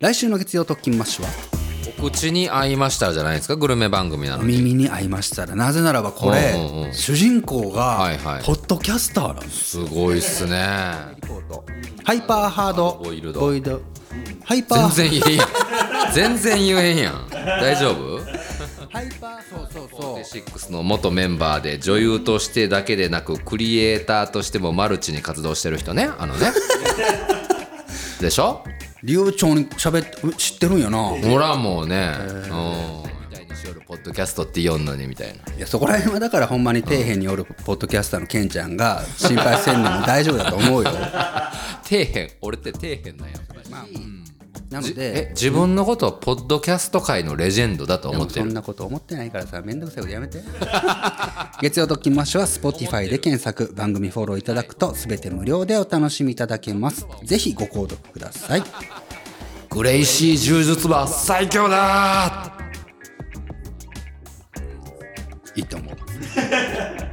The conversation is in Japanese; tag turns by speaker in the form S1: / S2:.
S1: 来週の月曜特勤マッシュは
S2: お口に合いましたらじゃないですかグルメ番組なのに
S1: 耳に合いましたらなぜならばこれ、
S2: うんうんうん
S1: 主人公が
S2: はいはい
S1: ポッドキャスターなんです
S2: すごい っすね
S1: ハイパーハード
S2: ボイルド
S1: ボイドハイパー
S2: 全然言えんやん全然言えんやん大丈夫
S1: ハイパーそうそうそう
S2: 6の元メンバーで女優としてだけでなくクリエイターとしてもマルチに活動してる人ねあの ねでしょ
S1: 流暢に喋って知ってるんやな、い
S2: ほらもうねうんみたいにしよるポッドキャストって読んのにみたいな
S1: やそこら辺はだからほんまに底辺におるポッドキャスターのケンちゃんが心配せんでも大丈夫だと思う よ
S2: 底辺俺って底辺なんややっぱり
S1: なの
S2: じえ
S1: で
S2: 自分のことをポッドキャスト界のレジェンドだと思って
S1: そん
S2: る
S1: なこと思ってないからさめんどくさいことやめて 月曜特勤マッシュは Spotify で検索番組フォローいただくと全て無料でお楽しみいただけますぜひご購読ください
S2: グレイシー柔術は最強だ
S1: い
S2: ー
S1: いと思う